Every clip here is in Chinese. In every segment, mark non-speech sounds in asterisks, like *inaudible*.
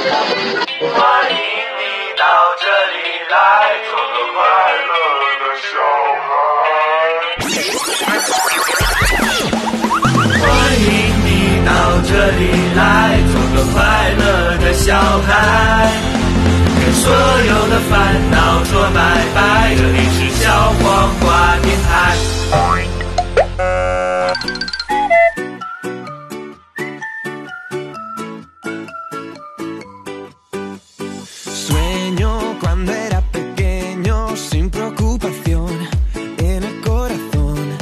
欢迎你到这里来，做个快乐的小孩。欢迎你到这里来，做个快乐的小孩，跟所有的烦恼说拜拜。这里是小黄瓜电台。 Sueño cuando era pequeño sin preocupación en el corazón.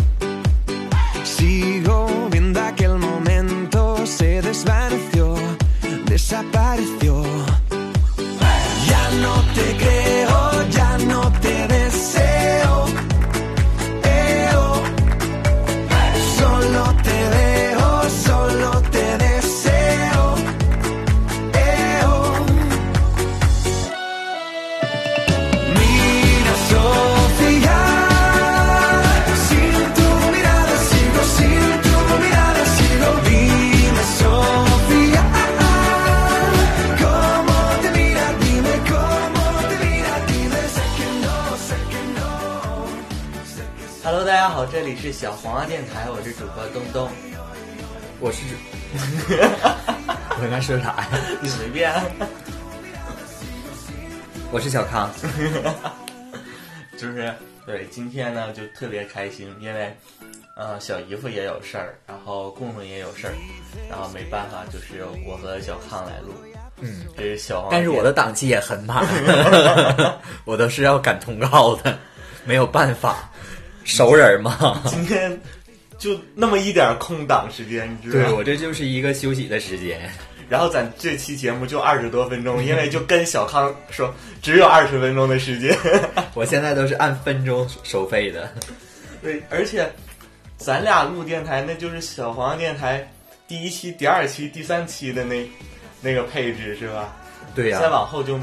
Sigo viendo aquel momento, se desvaneció, desapareció. Ya no te creo, ya no te deseo. eh, oh. Solo te veo, solo te deseo. eh, oh. Mira, Sofía, sin tu mirada sigo, sin tu mirada sigo. Dime, Sofía, cómo te mira, dime cómo te mira, dime, sé que no, sé que no. Hello，大家好，这里是小黄鸭电台，我是主播东东，我是主， *laughs* 我该说啥呀？你随便。我是小康， *laughs* 就是对，今天呢就特别开心，因为呃小姨夫也有事儿，然后公公也有事儿，然后没办法，就是我和小康来录。嗯，这是小黄鸭电台，但是我的档期也很满， *laughs* 我都是要赶通告的，没有办法，熟人嘛。今天就那么一点儿空档时间，你知道 *laughs* 对啊吗？我这就是一个休息的时间，然后咱这期节目就二十多分钟，因为就跟小康说只有二十分钟的时间。我现在都是按分钟收费的。对，而且咱俩录电台，那就是小黄电台第一期、第二期、第三期的那那个配置是吧？对呀、再往后就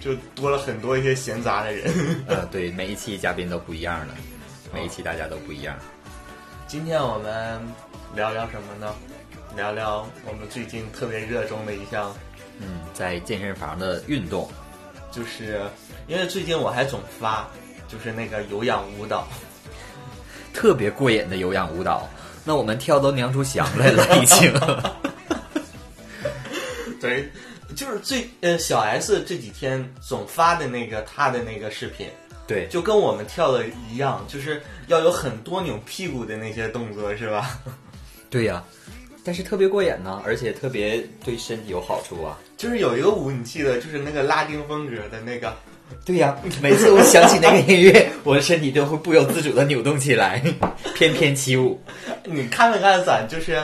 就多了很多一些闲杂的人。 *laughs* 呃，对，每一期嘉宾都不一样了，每一期大家都不一样。今天我们聊聊什么呢？聊聊我们最近特别热衷的一项，嗯，在健身房的运动，就是因为最近我还总发，就是那个有氧舞蹈。 *laughs* 特别过瘾的有氧舞蹈，那我们跳都娘出翔来了，已经。对，就是最呃小 S 这几天总发的那个她的那个视频， *laughs* 对，就跟我们跳的一样，就是要有很多扭屁股的那些动作，是吧？ *laughs* 对呀、但是特别过瘾呢、而且特别对身体有好处啊。就是有一个舞，你记得，就是那个拉丁风格的那个，对呀、每次我想起那个音乐，我的身体都会不由自主的扭动起来， *laughs* 翩翩起舞。你看没看咱就是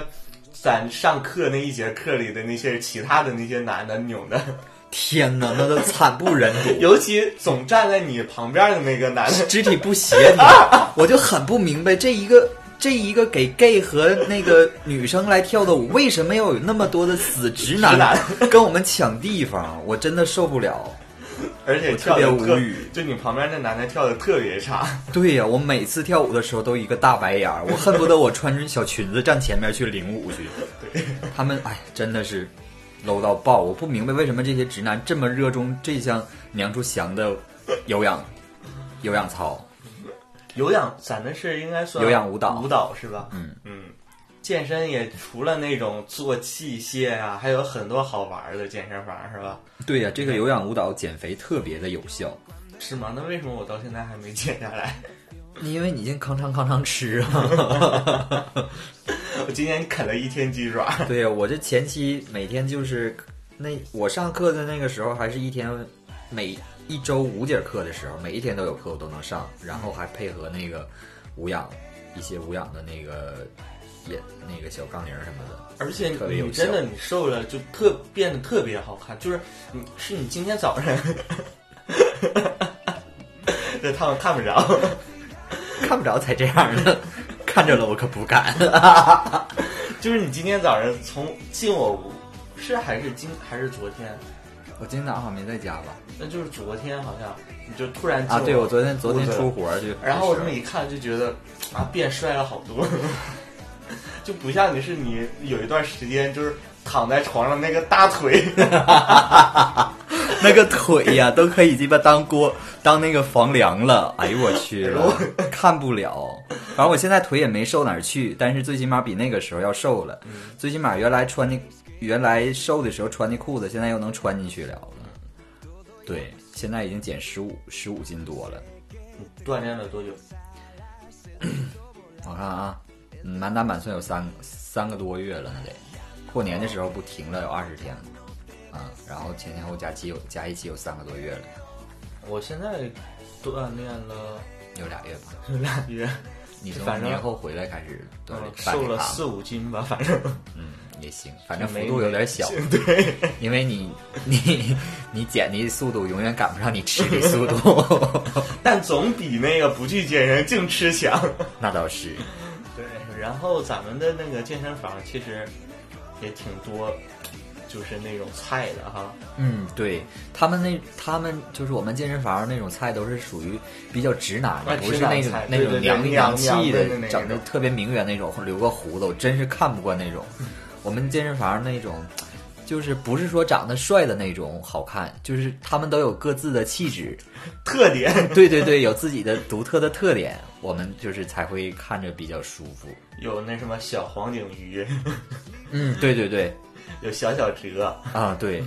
咱上课那一节课里的那些其他的那些男的扭的， *laughs* 天哪，那都惨不忍 *laughs* 睹，尤其总站在你旁边的那个男的，肢体不协调，我就很不明白这一个。这一个给 gay 和那个女生来跳的舞，为什么要有那么多的死直直男男跟我们抢地方？我真的受不了。而且我跳特的别特无语就你旁边那男的跳的特别差，对呀、我每次跳舞的时候都一个大白眼儿，我恨不得我穿着小裙子站前面去领舞去。他们哎，真的是 low 到爆！我不明白为什么这些直男这么热衷这项娘出翔的有氧有氧操。有氧，咱们是应该算有氧舞蹈舞蹈是吧？嗯嗯，健身也除了那种做器械啊，还有很多好玩儿的健身房是吧？对呀、这个有氧舞蹈减肥特别的有效，是吗？那为什么我到现在还没减下来？ *laughs* 因为你净吭哧吭哧吃啊。我今天啃了一天鸡爪，对呀、我这前期每天就是那我上课的那个时候，还是一天每一周五节课的时候，每一天都有课我都能上，然后还配合那个无氧一些无氧的那个也那个小杠铃儿什么的。而且特别有你真的效你瘦了就特变得特别好看，就是你是你今天早上， *laughs* 这他们看不着。 *laughs* 看不着才这样呢，看着了我可不敢。 *laughs* 就是你今天早上从进我屋，是还是今还是昨天？我今天早上好像没在家吧？那就是昨天好像你就突然进啊，对，我昨天昨天屋子了出活儿去，然后我这么没一看就觉得 *laughs* 啊，变帅了好多，就不像你是你有一段时间就是躺在床上那个大腿， *laughs* *laughs* 那个腿呀、都可以鸡巴当锅当那个房梁了。哎呦我去了，看不了。反正我现在腿也没瘦哪儿去，但是最起码比那个时候要瘦了。最起码原来穿的原来瘦的时候穿的裤子，现在又能穿进去了了。对，现在已经减十五十五斤多了。锻炼了多久？我看啊，嗯满打满算有三三个多月了，那得。过年的时候不停了有二十天，啊，然后前前后加起有加一起有三个多月了，我现在锻炼了有俩月吧。俩月，你反从正年后回来开始锻呃炼，瘦了四五，五斤吧，反正嗯，也行，反正幅没度有点小， *laughs* 对，因 *laughs* 为你你你减的速度永远赶不上你吃的速 *laughs* 度，但总比那个不去健身净吃强。那倒是，对，然后咱们的那个健身房其实也挺多，就是那种菜的哈。嗯，对他们那他们就是我们健身房那种菜都是属于比较直男的，啊不直是男那种菜那对种对对娘里娘娘气娘的的那，种整的特别名媛那种，留个胡子，我真是看不惯那种。嗯我们健身房那种，就是不是说长得帅的那种好看，就是他们都有各自的气质，特点， *laughs* 对对对，有自己的独特的特点，我们就是才会看着比较舒服。有那什么小黄颈鱼，嗯，对对对，有小小哲，啊对，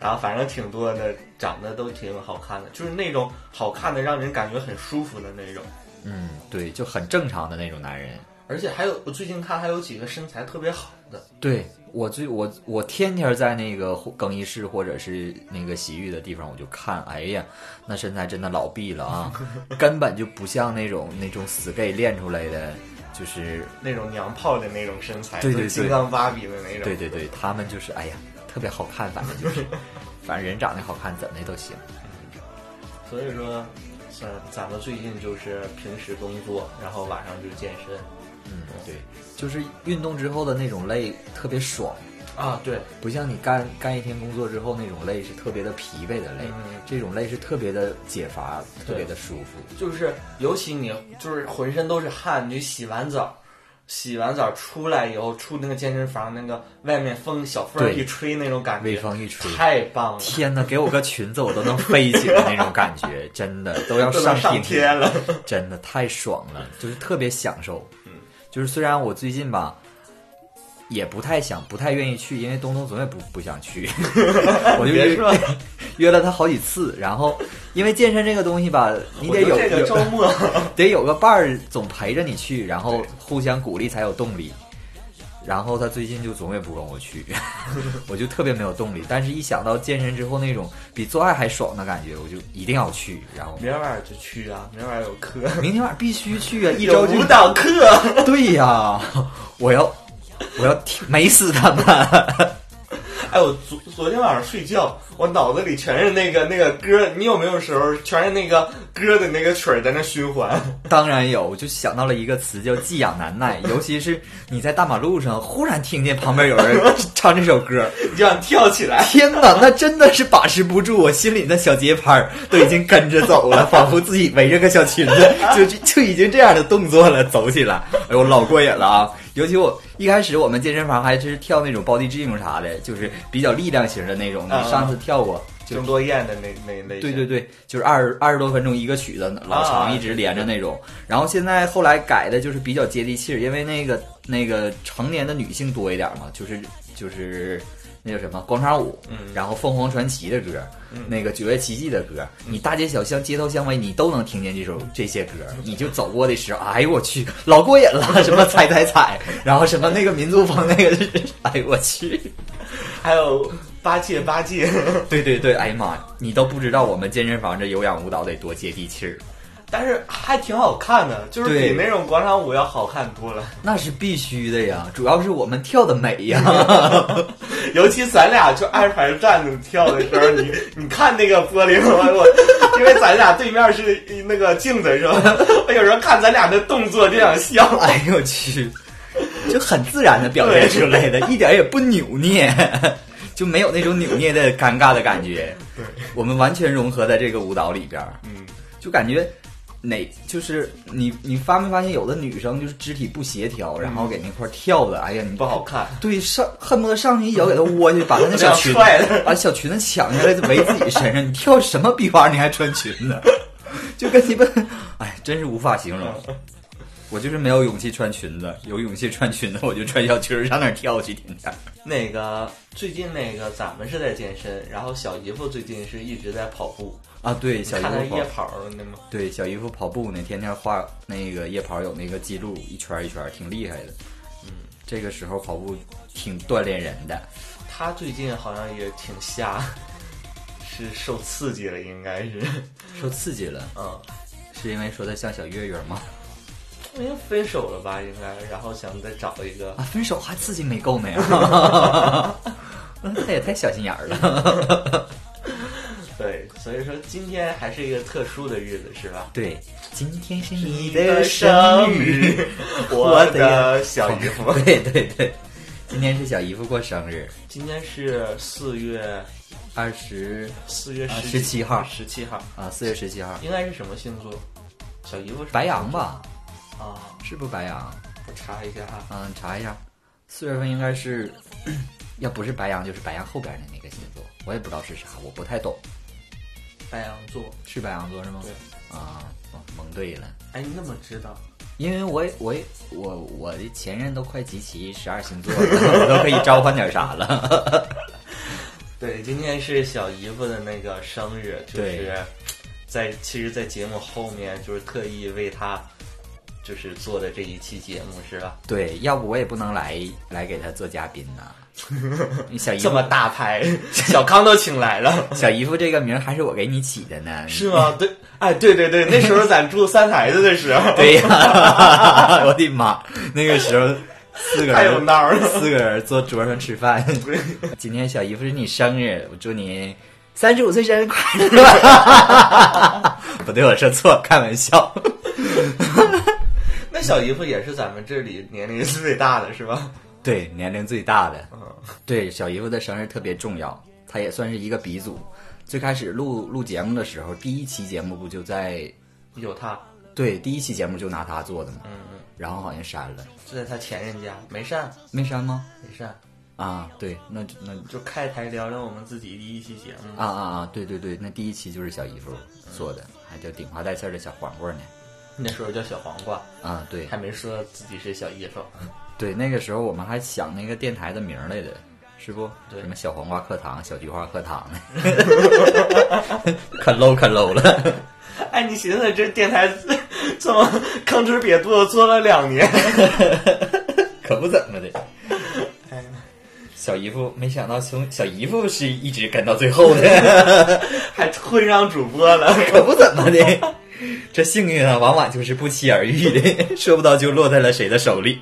然后反正挺多的，长得都挺好看的，就是那种好看的让人感觉很舒服的那种。嗯对，就很正常的那种男人。而且还有，我最近看还有几个身材特别好的，对我最我我天天在那个更衣室或者是那个洗浴的地方，我就看，哎呀，那身材真的老毕了 *laughs* 啊，根本就不像那种那种死 gay 练出来的，就是那种娘炮的那种身材，对对对就是金刚芭比的那种。对对对，他们就是哎呀，特别好看，反正就是，反正人长得好看，怎么的都行。所以说，咱咱们最近就是平时工作，然后晚上就健身。嗯，对，就是运动之后的那种累特别爽，啊，对，不像你干干一天工作之后那种累是特别的疲惫的累，嗯这种累是特别的解乏，特对别的舒服。就是尤其你就是浑身都是汗，你洗完澡，洗完澡出来以后，出那个健身房那个外面风小风对一吹那种感觉，微风一吹太棒了，天哪，给我个裙子我都能飞起来那种感觉，真的都要 *laughs* 都能上上天了。真的太爽了，就是特别享受。嗯，就是虽然我最近吧，也不太想、不太愿意去，因为东东总也不不想 *laughs* 去，我就别约说了 *laughs* 约了他好几次。然后，因为健身这个东西吧， *laughs* 你得我有就这个有周 *laughs* 末，得有个伴儿总陪着你去，然后互相鼓励才有动力。然后他最近就总也不跟我 *laughs* 去，我就特别没有动力。但是一想到健身之后那种比做爱还爽的感觉，我就一定要去。然后明儿晚上就去啊，明儿晚上有课，明天晚上必须 *laughs* 去 *laughs* 啊！一有周就舞蹈课。 *laughs* 对呀、我要我要踢美死他们！哎，我昨昨天晚上睡觉，我脑子里全是那个那个歌，你有没有时候全是那个歌的那个曲儿在那循环？ *laughs* *laughs* 当然有，我就想到了一个词叫寄养难耐，尤其是你在大马路上忽然听见旁边有人 *laughs* 唱这首歌，你就想跳起来。天哪，那真的是把持不住，我心里那小节拍儿都已经跟着走了，仿佛自己围着个小裙子，就就已经这样的动作了，走起来，哎呦，老过瘾了啊！尤其我一开始我们健身房还是跳那种 body gym 啥的，就是比较力量型的那种，你上次跳过。就郑多燕的那那那对对对，就是二十二十多分钟一个曲子，老啊长一直连着那种。然后现在后来改的就是比较接地气儿，因为那个那个成年的女性多一点嘛，就是就是那叫什么广场舞，嗯然后凤凰传奇的歌，那个九月奇迹的歌，你大街小巷、街头巷尾你都能听见这首这些歌， *laughs* 你就走过的时候，哎呦我去，老过瘾了，什么踩踩踩，然后什么那个民族风那个， *laughs* 哎呦我去。还有八戒八 *laughs* 戒，对对对，哎呀妈，你都不知道我们健身房这有氧舞蹈得多接地气儿，但是还挺好看的，就是比对那种广场舞要好看多了。 *laughs* 那是必须的呀，主要是我们跳的美呀。尤其咱俩就挨排站着跳的时候， *laughs* 你你看那个玻璃，我我，因为咱俩对面是那个镜子是 *laughs* 吧？我有时候看咱俩的动作就想笑。哎呦我去，就很自然的表现出来的，一点也不扭捏，就没有那种扭捏的尴尬的感觉。对，我们完全融合在这个舞蹈里边儿，嗯，就感觉哪就是你你发没发现有的女生就是肢体不协调，然后给那块儿跳的，哎呀，你不好看对上恨不得上去一脚给她窝下去，把她那 *laughs* 小裙子我想踹她把小裙子抢下来围自己身上，你跳什么逼玩意儿？你还穿裙子，就跟你们，哎，真是无法形容。我就是没有勇气穿裙子，有勇气穿裙子我就穿小裙儿上哪儿跳去，天天。那个最近那个咱们是在健身，然后小姨夫最近是一直在跑步，啊，对，小看他姨夫夜跑，跑那吗？对，小姨夫跑步呢，天天画那个夜跑有那个记录，一圈儿一圈儿，挺厉害的。嗯，这个时候跑步挺锻炼人的。他最近好像也挺瞎， *laughs* 是受刺激了，应该是，受刺激了，嗯，是因为说他像小月月吗？因为分手了吧，应该，然后想再找一个啊，分手还刺激没够呢呀！ *laughs* 他也太小心眼儿了。对，所以说今天还是一个特殊的日子，是吧？对，今天是你你的的生生日 *laughs* 日，我的的小姨夫对对对，今天是小姨夫过生日，今天是四月二十四月啊十17号十七号，啊，四月十七号，应该是什么星座？小姨夫是白羊吧？啊，是不是白羊？我查一下啊。嗯，查一下，四月份应该是，要不是白羊就是白羊后边的那个星座，我也不知道是啥，我不太懂，白羊座，是白羊座是吗？对，啊、哦蒙对了，哎，你怎么知道？因为我也我也我我的前任都快集齐十二星座了， *laughs* 我都可以召唤点啥了。 *laughs* 对，今天是小姨夫的那个生日，就是对在其实，在节目后面就是特意为他就是做的这一期节目是吧？对，要不我也不能来来给他做嘉宾呐。 *laughs* 你小姨这夫么大牌，小康都请来了，小姨夫这个名儿还是我给你起的 *laughs* 呢，是吗？对，哎，对对对，那时候咱住三孩子的时候，*laughs* *laughs* 对呀、 *laughs* 我的妈，那个时候四个人太有闹了 *laughs* 四个人坐桌上 *laughs* 吃饭。今天小姨夫是你生日，我祝你三十五岁生日快乐。 *laughs* 不对，我说错，开玩笑。那小姨夫也是咱们这里年龄最大的是吧？对，年龄最大的，嗯，对小姨夫的生日特别重要，他也算是一个鼻祖。最开始录录节目的时候，第一期节目不就在有他，对第一期节目就拿他做的吗？嗯嗯，然后好像删了，就在他前任家，没删没删吗？没删，啊，对，那就那就开台聊聊我们自己第一期节目。啊啊啊！对对对，那第一期就是小姨夫做嗯的，还叫顶花带刺儿的小黄瓜呢。那时候叫小黄瓜，啊，对还没说自己是小叶手。对，那个时候我们还想那个电台的名儿来着，是不？对什么小黄瓜课堂、小菊花课堂 *laughs* 的，可 low 可 low 了。哎，你寻思这电台这么吭哧瘪肚子做了两年，可不怎么的。哎小姨夫，没想到从小姨夫是一直跟到最后的，还混上主播了。可不怎 *laughs* 么的。这幸运啊，往往就是不期而遇的， *laughs* 说不到就落在了谁的手 *laughs* 里。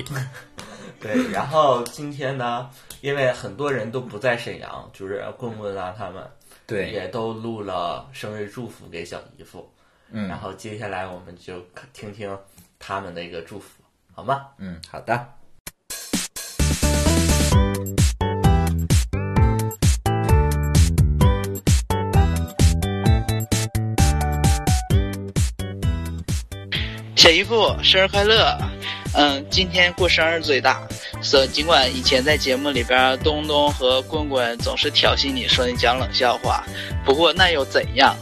对，然后今天呢，因为很多人都不在沈阳，就是棍棍啊他们，对也都录了生日祝福给小姨夫。嗯然后接下来我们就听听他们的一个祝福，好吗？嗯，好的。小姨夫，生日快乐！嗯，今天过生日最大。所以尽管以前在节目里边，东东和棍棍总是挑衅你说你讲冷笑话，不过那又怎样？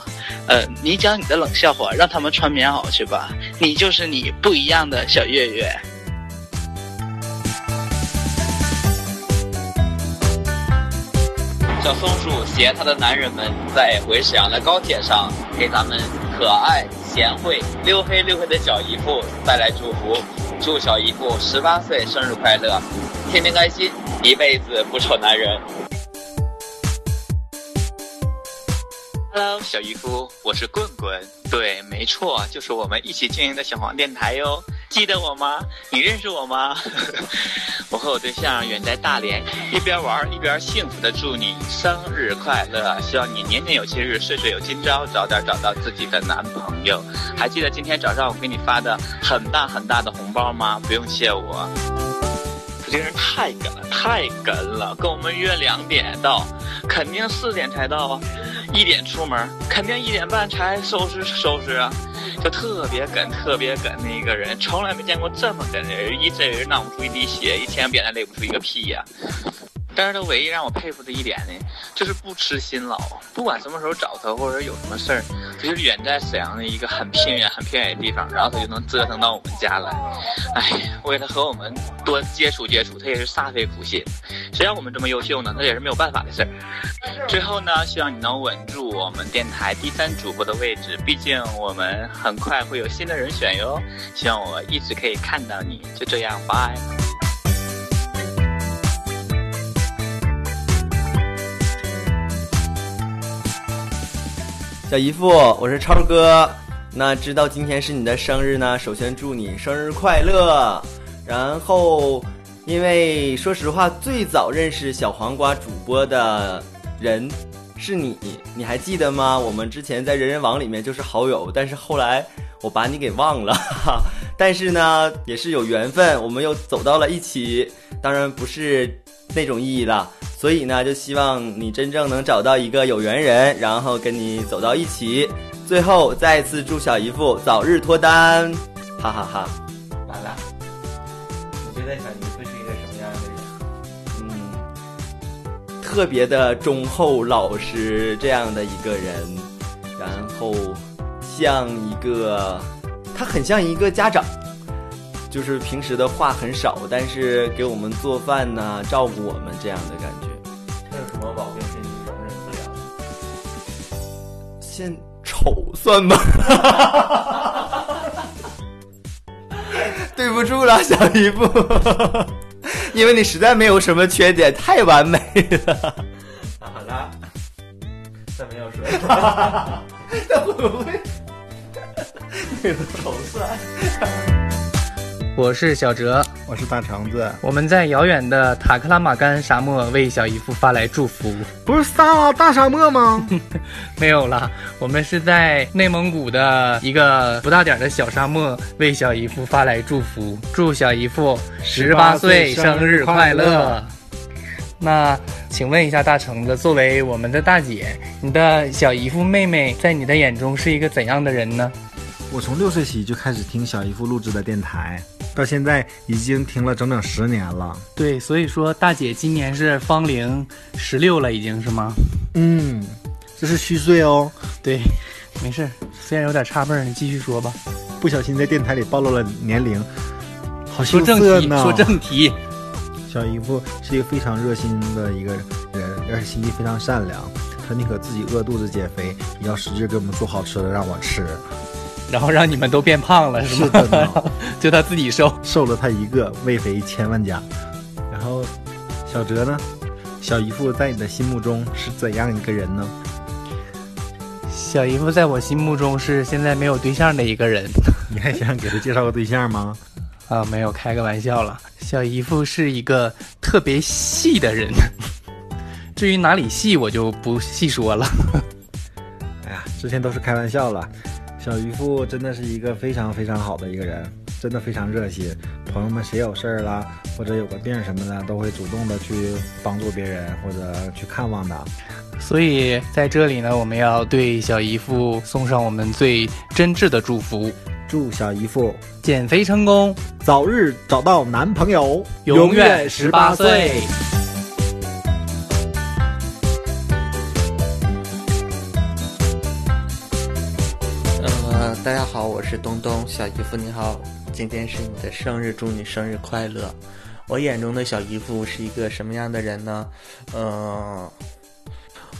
呃，你讲你的冷笑话，让他们穿棉袄去吧。你就是你不一样的小月月。小松鼠携它的男人们在回沈阳的高铁上，给咱们可爱、贤惠、溜黑溜黑的小姨夫带来祝福，祝小姨夫十八岁生日快乐，天天开心，一辈子不愁男人。Hello，小姨夫，我是棍棍。对，没错，就是我们一起经营的小黄电台哟。记得我吗？你认识我吗？ *laughs* 我和我对象远在大连，一边玩儿一边幸福的祝你生日快乐，希望你年年有今日，岁岁有今朝，早点找到自己的男朋友。还记得今天早上我给你发的很大很大的红包吗？不用谢我。这个人太梗了，太梗了，跟我们约两点到，肯定四点才到啊，一点出门，肯定一点半才收拾收拾啊。就特别梗、特别梗的一个人，从来没见过这么梗的人，一这人浪不出一滴血，一天扁担累不出一个屁呀、但是他唯一让我佩服的一点呢，就是不吃辛劳，不管什么时候找他，或者有什么事儿，他就是远在沈阳的一个很偏远、很偏远的地方，然后他就能折腾到我们家来。哎，为了和我们多接触接触，他也是煞费苦心。谁让我们这么优秀呢？那也是没有办法的事儿。最后呢，希望你能稳住我们电台第三主播的位置，毕竟我们很快会有新的人选哟。希望我一直可以看到你。就这样，拜。小姨夫，我是超哥。那知道今天是你的生日呢，首先祝你生日快乐。然后，因为说实话，最早认识小黄瓜主播的人是你，你还记得吗？我们之前在人人网里面就是好友，但是后来我把你给忘了。哈哈但是呢，也是有缘分，我们又走到了一起。当然不是那种意义了。所以呢，就希望你真正能找到一个有缘人，然后跟你走到一起。最后，再次祝小姨夫早日脱单，哈哈哈完了，你觉得小姨夫是一个什么样的人？嗯，特别的忠厚老实这样的一个人，然后像一个，他很像一个家长，就是平时的话很少，但是给我们做饭呐、照顾我们这样的感觉。他有什么毛病是你容忍不了的？先丑算吧。 *laughs* 对不住了，小姨夫， *laughs* 因为你实在没有什么缺点，太完美了。啊，好啦，再没有说。他会不会？丑算。我是小哲，我是大橙子，我们在遥远的塔克拉玛干沙漠为小姨夫发来祝福。不是撒大沙漠吗？ *laughs* 没有啦，我们是在内蒙古的一个不大点儿的小沙漠为小姨夫发来祝福，祝小姨夫十八18岁岁生生日日快快乐乐。那请问一下大橙子，作为我们的大姐，你的小姨夫妹妹在你的眼中是一个怎样的人呢？我从六岁起就开始听小姨夫录制的电台，到现在已经听了整整十年了。对，所以说大姐今年是芳龄十六了，已经是吗？嗯，这是虚岁哦，对，没事儿，虽然有点差辈儿，你继续说吧。不小心在电台里暴露了年龄，好说羞正涩题，呢。说正题。小姨夫是一个非常热心的一个人，而且心地非常善良。他宁可自己饿肚子减肥，也要使劲给我们做好吃的让我吃。然后让你们都变胖了，是吗？ *laughs* 是的呢，就他自己瘦。瘦了他一个，喂肥千万家。然后，小哲呢？小姨夫在你的心目中是怎样一个人呢？小姨夫在我心目中是现在没有对象的一个人 *laughs* 你还想给他介绍个对象吗？啊，没有开个玩笑了。小姨夫是一个特别细的人， *laughs* 至于哪里细，我就不细说了。哎呀，之前都是开玩笑了。小姨夫真的是一个非常非常好的一个人，真的非常热心。朋友们谁有事儿啦，或者有个病什么的，都会主动的去帮助别人或者去看望他。所以在这里呢，我们要对小姨夫送上我们最真挚的祝福：祝小姨夫减肥成功，早日找到男朋友，永远十八岁。呃，大家好，我是东东，小姨夫你好，今天是你的生日，祝你生日快乐。我眼中的小姨夫是一个什么样的人呢？嗯、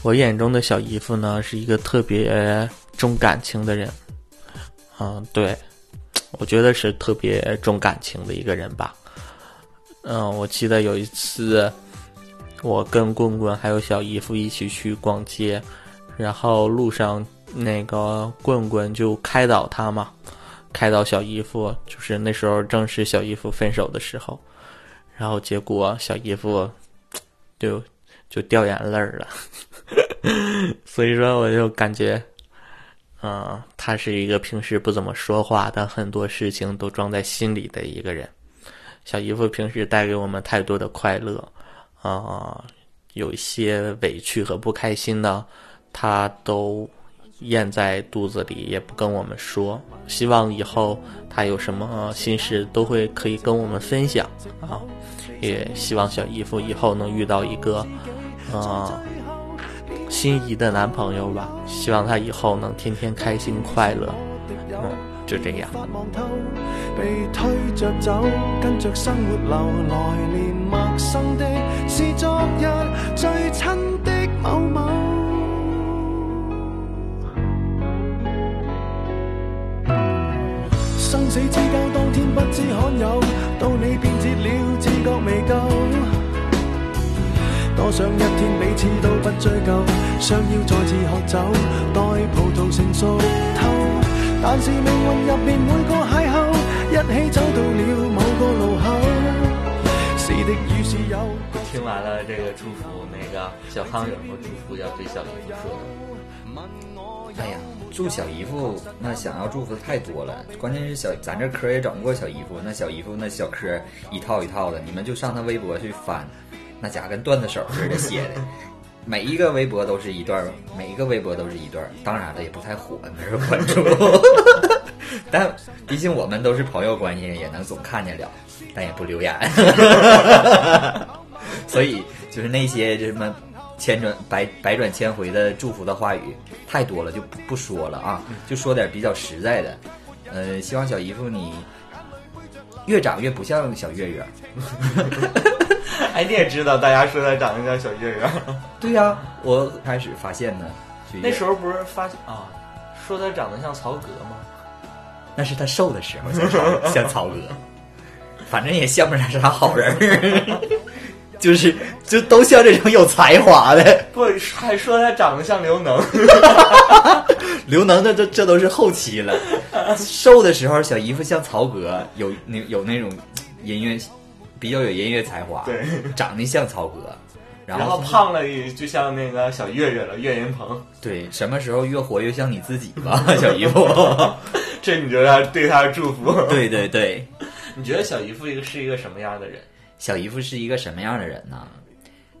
我眼中的小姨夫呢是一个特别重感情的人。嗯、对，我觉得是特别重感情的一个人吧。嗯、我记得有一次，我跟棍棍还有小姨夫一起去逛街，然后路上那个棍棍就开导他嘛，开导小姨夫，就是那时候正是小姨夫分手的时候，然后结果小姨夫就就掉眼泪儿了， *laughs* 所以说我就感觉，嗯、他是一个平时不怎么说话，但很多事情都装在心里的一个人。小姨夫平时带给我们太多的快乐，嗯啊、有一些委屈和不开心呢，他都咽在肚子里，也不跟我们说。希望以后他有什么心事都会可以跟我们分享啊，也希望小姨夫以后能遇到一个，呃，心仪的男朋友吧。希望他以后能天天开心快乐。嗯，就这样。發望透，被推着走，跟着生活流，來年陌生的是昨日最親的某某。生死之交，當天不知罕有，到你變節了，自覺未夠。多想一天彼此都不追究，想要再次喝酒，待葡萄成熟透。但是命運入面每個邂逅，一起走到了某個路口。是敵與是友，听完了这个祝福，那个小康有什么祝福要对小姨夫说的？哎呀，祝小姨夫那想要祝福太多了，关键是小咱这嗑儿也整不过小姨夫，那小姨夫那小嗑儿一套一套的，你们就上他微博去翻，那家伙跟段子手似的写 *laughs* 的，每一个微博都是一段儿，每一个微博都是一段儿，当然了也不太火，没人关注， *laughs* 但毕竟我们都是朋友关系，也能总看见了，但也不 *laughs* 留言。所以就是那些什么千转百百转千回的祝福的话语太多了，就不不说了啊，就说点比较实在的。呃，希望小姨夫你越长越不像小月月。哎，你也知道，大家说他长得像小月月。对呀、我开始发现呢，*laughs* 就那时候不是发现啊，说他长得像曹格吗？那是他瘦的时候像曹像曹哥，反正也像不上啥好人儿， *laughs* 就是就都像这种有才华的。不，还说他长得像刘 *laughs* 能。刘能这这这都是后 *laughs* 期了，瘦的时候小姨夫像曹格，有那有那种音乐比较有音乐才华，对，长得像曹格，然然后胖了也就像那个小月月了，岳云鹏， *laughs* 对，什么时候越活越像你自己吧，小姨夫。 *laughs* 这你就要对他祝福。 *laughs* 对对对，你觉得小姨夫一个是一个什么样的人？小姨夫是一个什么样的人呢？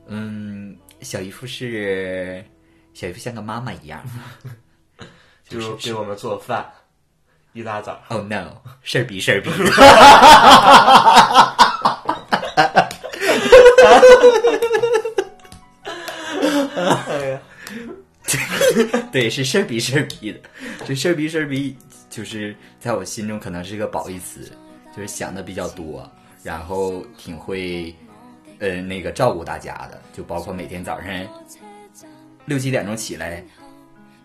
嗯，小姨夫是小姨夫像个妈妈一样。 *laughs* 就是给我们做饭，一大早 Oh no，事儿逼事儿逼。哎 *laughs* 对，是事儿逼事儿逼的，这事儿逼事儿逼，就是在我心中可能是个褒义词，就是想的比较多，然后挺会，呃，那个照顾大家的，就包括每天早上六七点钟起来，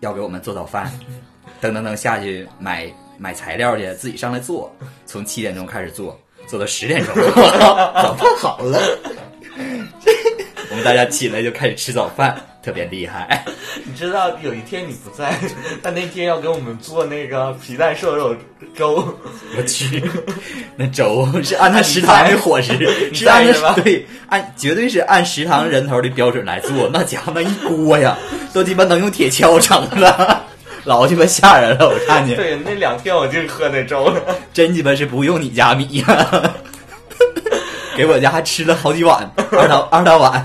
要给我们做早饭，噔噔噔下去买买材料去，自己上来做，从七点钟开始做，做到十点钟， *laughs* 早饭好了， *laughs* 我们大家起来就开始吃早饭，特别厉害。你知道有一天你不在， *laughs* 他那天要给我们做那个皮蛋瘦肉 *laughs* 粥，我去， *laughs* 那粥是按他食堂的伙食，是 *laughs* 按你猜他的吧对按绝对是按食堂人头的标准来做，那家伙那一锅呀， *laughs* 都鸡巴能用铁锹整的， *laughs* 老鸡巴吓人了，我看见，对，那两天我就喝那粥了。真鸡巴是不用你家米呀、 *laughs* 给我家还吃了好几 *laughs* 碗，二大二大碗，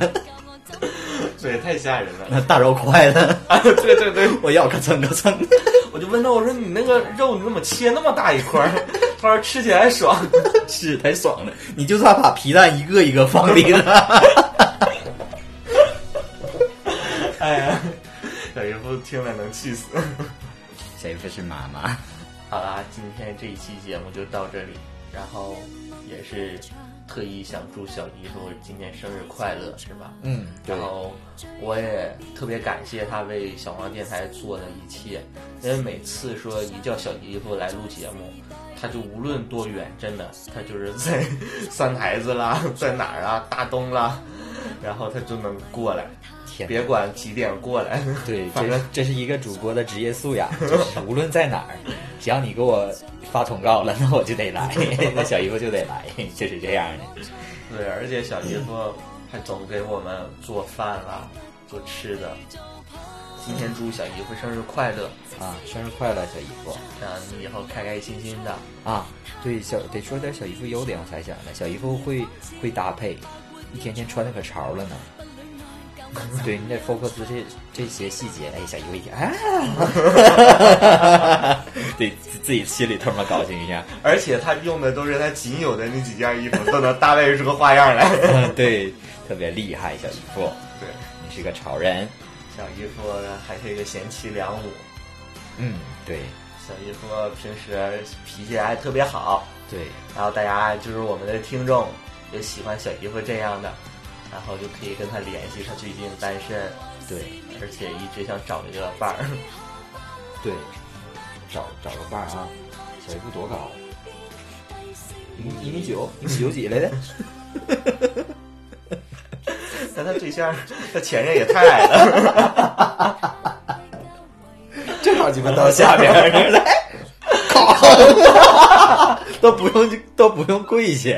*laughs* 对，太吓人了。那大肉块的， *laughs* *laughs* 啊，对对对，我要咯蹭咯蹭， *laughs* 我就问他，我说你那个肉你怎么切那么大一块儿？他说吃起来爽。是太爽了，你就算把皮蛋一个一个放里 *laughs* 了， *laughs* 哎呀，小姨夫听了能气死。谁不是妈妈？好啦，今天这一期节目就到这里，然后也是特意想祝小姨夫今年生日快乐，是吧？嗯，对然。后我也特别感谢他为小黄电台做的一切，因为每次说一叫小姨夫来录节目，他就无论多远，真的他就是在三台子啦，在哪儿啊，大东啦，然后他就能过来，天别管几点过来，对，反这正这是一个主播的职业素养，就是 *laughs* 无论在哪儿，只要你给我发通告了， *laughs* 那我就得来，那小姨夫就得来，就是这样的。对，而且小姨夫还总给我们做饭啦，做吃的。今天祝小姨夫生日快乐啊，生日快乐，小姨夫！啊！你以后开开心心的。啊，对，小得说点小姨夫优点，我才想呢。小姨夫会会搭配，一天天穿的可潮了呢。 *laughs* 对你得 focus 这这些细节，哎，小姨夫一听啊， *laughs* 得自自己心里头嘛高兴一下。 *laughs* 而且他用的都是他仅有的那几件衣服，都能搭配出个花样来。 *laughs* 对，特别厉害，小姨夫，对你是个潮人。小姨夫还是一个贤妻良母，嗯，对小姨夫平时脾气还特别好，对，然后大家就是我们的听众也喜欢小姨夫这样的，然后就可以跟他联系，他最近单身，对而且一直想找一个伴儿，对，找找个伴儿啊！小姨夫多高？一一米九，一米九几来的？但他对象他前任也太矮了，正好鸡巴到下边儿来，靠， *laughs* 都不用都不用跪下，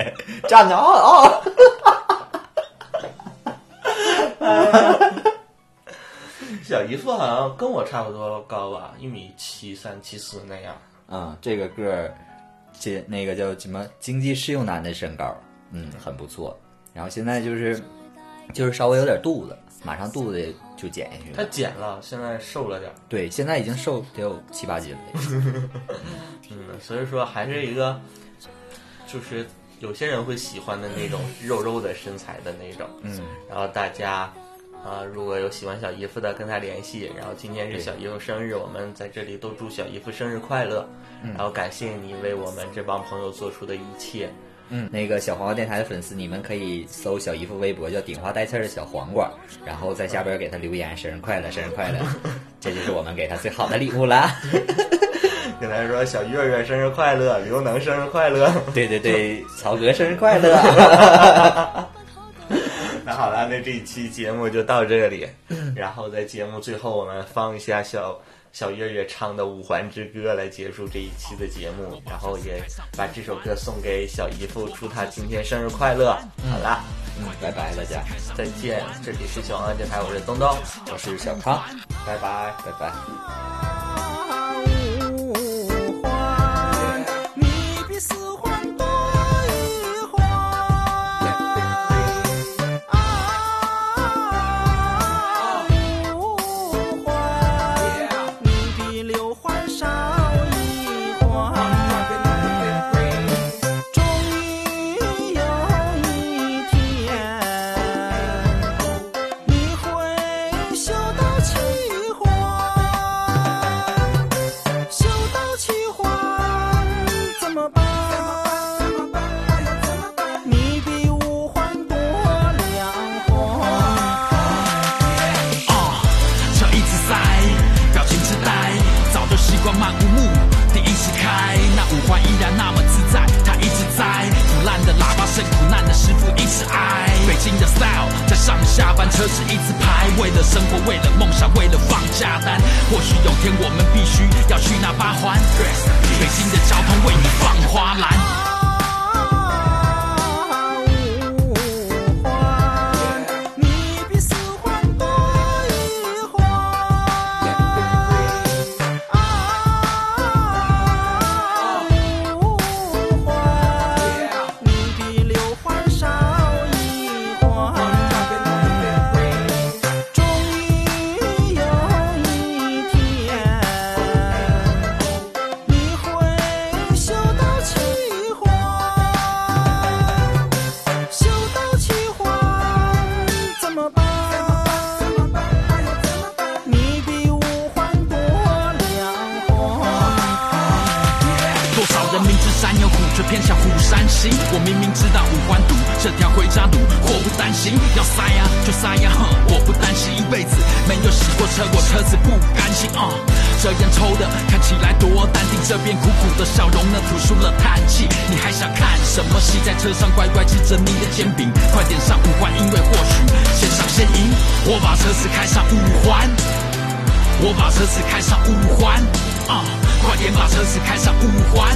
站着啊啊！ *laughs* 小姨夫好像跟我差不多高吧，一米七三七四那样。啊，这个个儿，这那个叫什么经济适用男的身高，嗯，很不错。然后现在就是就是稍微有点肚子，马上肚子也就减下去他了。减了，现在瘦了点儿，对，现在已经瘦得有七八斤了。嗯，所以说还是一个，就是有些人会喜欢的那种肉肉的身材的那种，嗯，然后大家啊、如果有喜欢小姨夫的，跟他联系。然后今天是小姨夫生日，我们在这里都祝小姨夫生日快乐。然后感谢你为我们这帮朋友做出的一切。嗯，那个小黄瓜电台的粉丝，你们可以搜小姨夫微博叫“顶花带刺儿的小黄瓜”，然后在下边给他留言“生日快乐，生日快 *laughs* 乐”，这就是我们给他最好的礼物啦。跟他说小月月生日快乐，刘能生日快 *laughs* 乐。 *laughs* 对对对，曹哥生日快乐！ *laughs* 那好了，那这一期节目就到这里。 *laughs* 然后在节目最后，我们放一下小小月月唱的《五环之歌》来结束这一期的节目，然后也把这首歌送给小姨夫，祝他今天生日快乐。好啦，嗯，拜拜，大家，再见，这里是小安电台，我是东东，我是小康，拜拜。拜拜。五环，你比四环多一环。啊，五环，你比六环少一环。终于有一天，你会修到七环。修到七环怎么办？你比五环多两环。哦，车一直塞，表情痴呆，早都习惯漫无目的一起开，那五环依然那么自在，它一直在，腐烂的喇叭声，苦难的师傅一直挨，北京的 style 在上下班车时一直排，为了生活，为了梦想，为了放假单，或许有天我们必须要去那八环，北京的交通为你放花篮。啊，五环，你比四环多一环。啊，五环，你比六环少一环。终于有一天。你会修到七环，修到七环怎么办？你比五环多两环。多少人明知山有虎，却偏向虎山行。我明明知道五环堵，这条回家路祸不单行。要塞呀、就塞呀、哼，我不担心，一辈子没有洗过车，我车子不甘心啊。这烟抽的看起来多淡定，这边苦苦的笑容呢吐出了叹气。你还想看什么戏？在车上乖乖吃着你的煎饼，快点上五环，因为或许先上先赢。我把车子开上五环。我把车子开上五环，啊、快点把车子开上五环，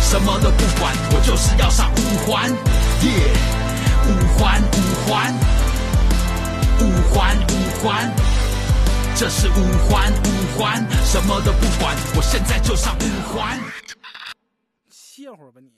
什么都不管，我就是要上五环，耶、五环五环，五环五环，这是五环五环，什么都不管，我现在就上五环。歇会儿吧你。